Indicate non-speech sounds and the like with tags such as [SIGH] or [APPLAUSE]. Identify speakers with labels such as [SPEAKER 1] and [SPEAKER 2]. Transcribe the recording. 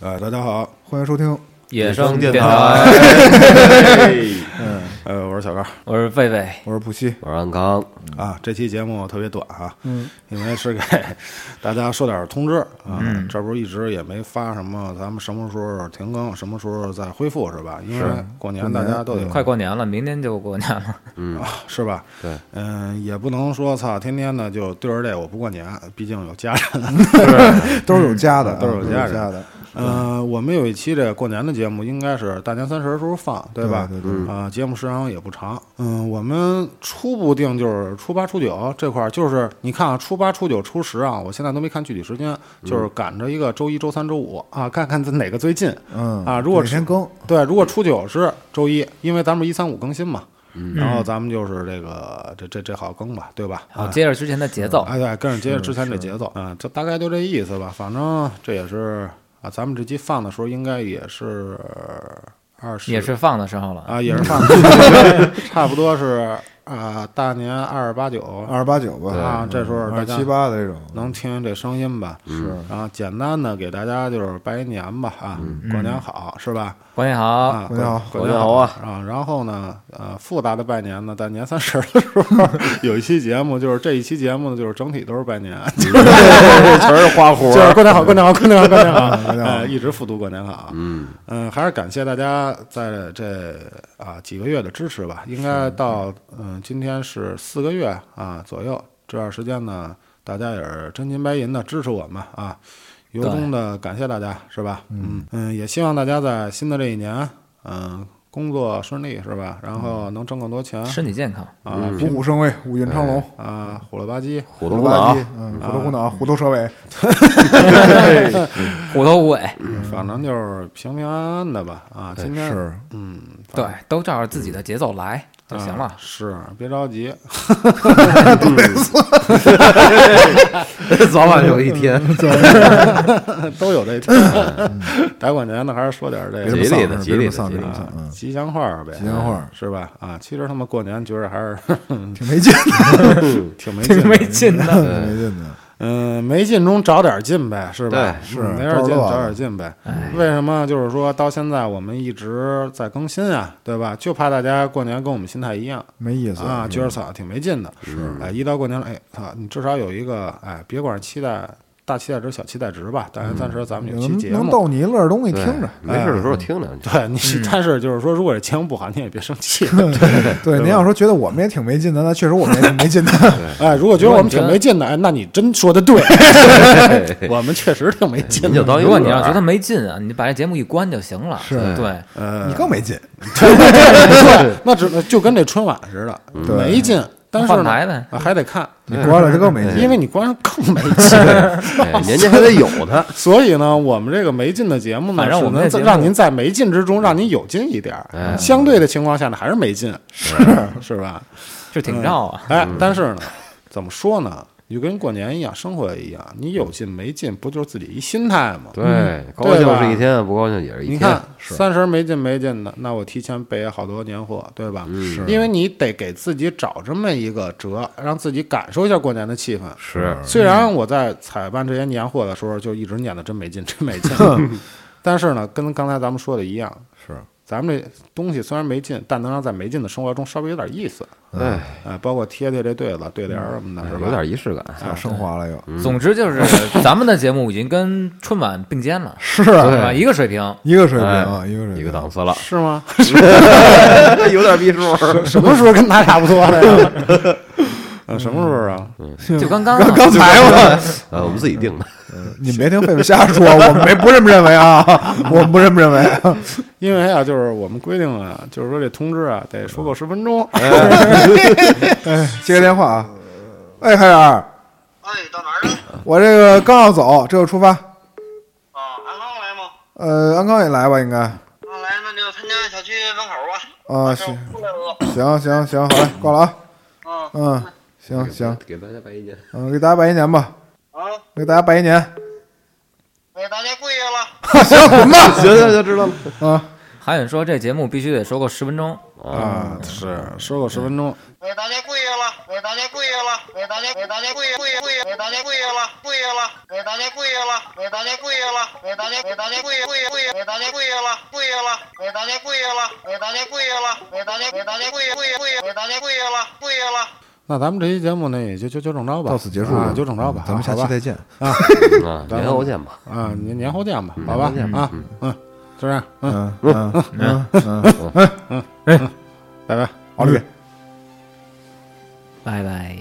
[SPEAKER 1] 呃，大家好，欢迎收听，
[SPEAKER 2] 野生
[SPEAKER 3] 电
[SPEAKER 2] 台，
[SPEAKER 1] 嗯，呃，我是小高，
[SPEAKER 2] 我是贝贝，
[SPEAKER 1] 我是普西
[SPEAKER 3] 我是安康，
[SPEAKER 1] 啊。这期节目特别短啊，嗯，因为是给 [LAUGHS] 大家说点通知啊。这不是一直也没发什么，咱们什么时候停更，什么时候再恢复是吧？因为过年大家都得
[SPEAKER 2] 快过年了，明天就过年了，
[SPEAKER 1] 嗯，是吧？
[SPEAKER 3] 对，
[SPEAKER 1] 嗯，也不能说操，天天的就对着这我不过年，毕竟有家人。
[SPEAKER 4] 都是有家的啊，
[SPEAKER 1] 嗯都是有
[SPEAKER 4] 有
[SPEAKER 1] 家
[SPEAKER 4] 家
[SPEAKER 1] 的
[SPEAKER 4] 的。
[SPEAKER 1] 呃，我们有一期这过年的节目，应该是大年三十的时候放，对吧？
[SPEAKER 4] 对
[SPEAKER 1] 对啊、节目时长也不长。嗯，我们初步定就是初八、初九这块儿，就是你看啊，初八、初九、初十啊，我现在都没看具体时间，就是赶着一个周一周三周五啊，看看哪个最近。
[SPEAKER 4] 嗯
[SPEAKER 1] 啊如果
[SPEAKER 4] 每天更，
[SPEAKER 1] 对，如果初九是周一，因为咱们一三五更新嘛，然后咱们就是这个这这这好更吧，对吧？
[SPEAKER 4] 啊
[SPEAKER 2] 好，接着之前的节奏，
[SPEAKER 1] 哎对，跟着接着之前这节奏，嗯，就大概就这意思吧。反正这也是啊，咱们这期放的时候应该也是二十，
[SPEAKER 2] 也是放的时候了，
[SPEAKER 1] 啊，也是放的，差不多是啊，大年二十八九
[SPEAKER 4] 二十八九吧，
[SPEAKER 1] 啊
[SPEAKER 4] 嗯
[SPEAKER 1] 这时候大
[SPEAKER 4] 二
[SPEAKER 1] 家
[SPEAKER 4] 七八的这种，
[SPEAKER 1] 能听见这声音吧？是，然后简单的给大家就是拜一年吧，啊，过年好，是吧？
[SPEAKER 2] 过年好，
[SPEAKER 1] 啊，
[SPEAKER 4] 过年好
[SPEAKER 1] 过年好啊！啊，然后呢，呃，复杂的拜年呢，在年三十的时候 [LAUGHS] 有一期节目，就是这一期节目呢，就是整体都是拜年，
[SPEAKER 3] 全是
[SPEAKER 1] [LAUGHS]
[SPEAKER 3] 花活
[SPEAKER 1] 就是过年好，过年好，过年好，过年 [LAUGHS] 好，
[SPEAKER 4] 过年好
[SPEAKER 1] 呃一直复读过年好。嗯还是感谢大家在这啊几个月的支持吧。应该到嗯，今天是四个月啊左右这段时间呢，大家也是真金白银的支持我们啊，由衷的感谢大家，是吧？嗯嗯，也希望大家在新的这一年，嗯，工作顺利，是吧？然后能挣更多钱
[SPEAKER 2] 身体健康，
[SPEAKER 1] 啊
[SPEAKER 4] 五虎生威，五运昌隆，
[SPEAKER 1] 啊，虎啊了吧唧，
[SPEAKER 3] 虎
[SPEAKER 4] 虎
[SPEAKER 3] 头
[SPEAKER 4] 头
[SPEAKER 3] 虎
[SPEAKER 4] 巴
[SPEAKER 3] 脑
[SPEAKER 4] 鸡，嗯，虎头虎脑，虎头蛇尾，
[SPEAKER 2] 虎头虎尾，
[SPEAKER 1] 反正就是平平安安的吧。啊，今天
[SPEAKER 4] 是
[SPEAKER 1] 嗯，反
[SPEAKER 2] 对，都照着自己的节奏来就行
[SPEAKER 1] 啊
[SPEAKER 2] 了。
[SPEAKER 1] 是，别着急，
[SPEAKER 3] [LAUGHS] 早晚有一天
[SPEAKER 1] 嗯 [LAUGHS] 都有这天儿。 [LAUGHS] 打过年的还是说点儿这
[SPEAKER 4] 嗯别
[SPEAKER 1] 个
[SPEAKER 4] 这么
[SPEAKER 3] 吉
[SPEAKER 4] 丧
[SPEAKER 3] 利
[SPEAKER 4] 别这么丧，
[SPEAKER 3] 的吉利的吉
[SPEAKER 4] 别这
[SPEAKER 3] 利的
[SPEAKER 4] 么丧，嗯，
[SPEAKER 1] 吉祥话儿呗，吉
[SPEAKER 4] 祥话儿
[SPEAKER 1] 是吧？啊，其实他们过年觉着还是
[SPEAKER 4] [LAUGHS] 挺没劲的，
[SPEAKER 1] [LAUGHS] 挺没劲
[SPEAKER 2] 挺
[SPEAKER 1] 的，
[SPEAKER 2] 没劲的，
[SPEAKER 4] 挺没劲的，
[SPEAKER 1] 嗯，没劲中找点劲呗，是吧？
[SPEAKER 3] 对
[SPEAKER 1] 是
[SPEAKER 4] 是
[SPEAKER 1] 没点劲
[SPEAKER 4] 着落
[SPEAKER 1] 找
[SPEAKER 4] 了哎
[SPEAKER 1] 点劲呗。为什么就是说到现在我们一直在更新啊，对吧？就怕大家过年跟我们心态一样。
[SPEAKER 4] 没嗯意思
[SPEAKER 1] 啊，觉着操挺没劲的。是，哎，一到过年了，哎，操，你至少有一个，哎，别管是期待大期待值、小期待值吧，但是暂
[SPEAKER 4] 嗯
[SPEAKER 1] 时咱们有期
[SPEAKER 4] 能
[SPEAKER 1] 节
[SPEAKER 4] 能
[SPEAKER 1] 目，
[SPEAKER 4] 逗你乐东西，听着，
[SPEAKER 3] 没事的
[SPEAKER 1] 嗯
[SPEAKER 3] 时候听着，
[SPEAKER 1] 对你，
[SPEAKER 2] 嗯
[SPEAKER 1] 但是就是说，如果这节目不好，你也别生 [LAUGHS] 气。
[SPEAKER 4] 对，您要说觉得我们也挺没劲的，那确实我们也挺没劲的，
[SPEAKER 1] 哎，如果觉得我们挺没劲的，哎，那你真说的对，我们确实挺没劲
[SPEAKER 3] 您就
[SPEAKER 1] 的。
[SPEAKER 3] 当一
[SPEAKER 2] 如果
[SPEAKER 3] 乐
[SPEAKER 2] 你要觉得
[SPEAKER 3] 儿。
[SPEAKER 2] 没劲啊，你就把这节目一关就行了。
[SPEAKER 4] 是
[SPEAKER 2] 对，
[SPEAKER 1] 呃， [LAUGHS]
[SPEAKER 4] [LAUGHS] 你更没劲，
[SPEAKER 1] 对，那只就跟这春晚似的，没劲，但是
[SPEAKER 2] 换
[SPEAKER 1] 呢
[SPEAKER 2] 台呗
[SPEAKER 1] 啊还得看，
[SPEAKER 4] 你关了就更没
[SPEAKER 1] 因
[SPEAKER 4] 劲，
[SPEAKER 1] 为你关上更没 [LAUGHS] 劲。
[SPEAKER 3] 哎年年还得有它，
[SPEAKER 1] 所以呢，我们这个没劲的节目呢，
[SPEAKER 2] 反正我们
[SPEAKER 1] 是能
[SPEAKER 2] 这节目
[SPEAKER 1] 让您在没劲之中，让您有劲一点儿。相对的情况下呢，还是没劲，哎是 [LAUGHS] 是吧？
[SPEAKER 2] 是挺绕啊。
[SPEAKER 1] 哎，
[SPEAKER 3] 嗯
[SPEAKER 1] 但是呢，怎么说呢？你就跟过年一样，生活也一样，你有劲没劲，不就是自己一心态吗？
[SPEAKER 3] 对，高
[SPEAKER 1] 对
[SPEAKER 3] 兴
[SPEAKER 1] 吧
[SPEAKER 3] 是一天，不高兴也是一
[SPEAKER 1] 你
[SPEAKER 3] 天
[SPEAKER 1] 看，三十没劲没劲的，那我提前备好多年货，对吧？是，因为你得给自己找这么一个辙，让自己感受一下过年的气氛。
[SPEAKER 3] 是
[SPEAKER 1] 虽然我在采办这些年货的时候就一直念的真没劲，真
[SPEAKER 3] [LAUGHS]
[SPEAKER 1] 没劲，但是呢，跟刚才咱们说的一样，
[SPEAKER 4] 是
[SPEAKER 1] 咱们这东西虽然没劲，但能让在没劲的生活中稍微有点意思，
[SPEAKER 3] 哎，嗯
[SPEAKER 1] 哎，包括贴贴这对子、对联儿什么的，是吧？
[SPEAKER 3] 有点仪式感。
[SPEAKER 4] 啊升华了又，
[SPEAKER 1] 嗯
[SPEAKER 2] 总之就是咱们的节目已经跟春晚并肩了，
[SPEAKER 4] 是
[SPEAKER 2] 对
[SPEAKER 4] 啊，
[SPEAKER 2] 吧？一个水平，
[SPEAKER 4] 一个水平啊，
[SPEAKER 3] 哎，
[SPEAKER 4] 一个水平，
[SPEAKER 3] 一个档次了，
[SPEAKER 1] 是吗？
[SPEAKER 3] [LAUGHS] 有点逼数。
[SPEAKER 1] 什么时候跟他差不多的呀？ [LAUGHS] 呃，什么时候啊？
[SPEAKER 2] 就刚刚啊
[SPEAKER 4] 刚才我，
[SPEAKER 3] 呃，我们自己定的，
[SPEAKER 4] 你别听狒狒瞎说，我们没不这么认为啊，我们不这么认为，
[SPEAKER 1] 因为啊，就是我们规定啊，就是说这通知啊得说够十分钟。
[SPEAKER 4] 接个电话啊，哎，海尔，
[SPEAKER 5] 哎，到哪儿了？
[SPEAKER 4] 我这个刚要走，这就出发。
[SPEAKER 5] 啊，安康来吗？
[SPEAKER 4] 呃，安康也来吧，应该。
[SPEAKER 5] 啊，来，那就参加小区门口吧。
[SPEAKER 4] 啊，
[SPEAKER 5] 这
[SPEAKER 4] 行
[SPEAKER 5] 出来了。
[SPEAKER 4] 行行行，好嘞，挂了啊。
[SPEAKER 5] 啊
[SPEAKER 4] 嗯，行行，
[SPEAKER 3] 给大家拜一年。
[SPEAKER 4] 嗯，给大家拜一年吧，
[SPEAKER 5] 啊，
[SPEAKER 4] 给大家拜一年。 [LAUGHS]
[SPEAKER 5] 给大家跪下了。
[SPEAKER 4] 行，滚吧。
[SPEAKER 3] 行行行，知道了。
[SPEAKER 4] 啊，
[SPEAKER 2] 韩远说这节目必须得说够十分钟，
[SPEAKER 3] 嗯
[SPEAKER 1] 啊，是说够十分钟，
[SPEAKER 5] 给大家跪下了，给大家跪下了，给大家给大家跪下跪下跪下，给大家跪下了，跪下了，给大家跪下了，给大家跪下了，给大家给大家跪下跪下跪下，给大家跪下了，跪下了，给大家跪下了，给大家跪下了，给大家给大家跪下跪下跪下，给大家跪下了，跪下了。
[SPEAKER 1] 那咱们这期节目呢也就就就这么着吧，
[SPEAKER 4] 到此结束嗯
[SPEAKER 1] 啊，就这么着吧，
[SPEAKER 4] 咱们下
[SPEAKER 1] 好
[SPEAKER 4] 期
[SPEAKER 1] 吧
[SPEAKER 4] 再见。
[SPEAKER 3] 啊，年后见吧，
[SPEAKER 1] 啊，年年后见吧，好吧
[SPEAKER 3] 年后见吧
[SPEAKER 1] 啊，嗯，就这样，嗯，
[SPEAKER 4] 嗯嗯嗯嗯，
[SPEAKER 1] 拜拜。
[SPEAKER 4] 奥利。
[SPEAKER 2] 拜拜。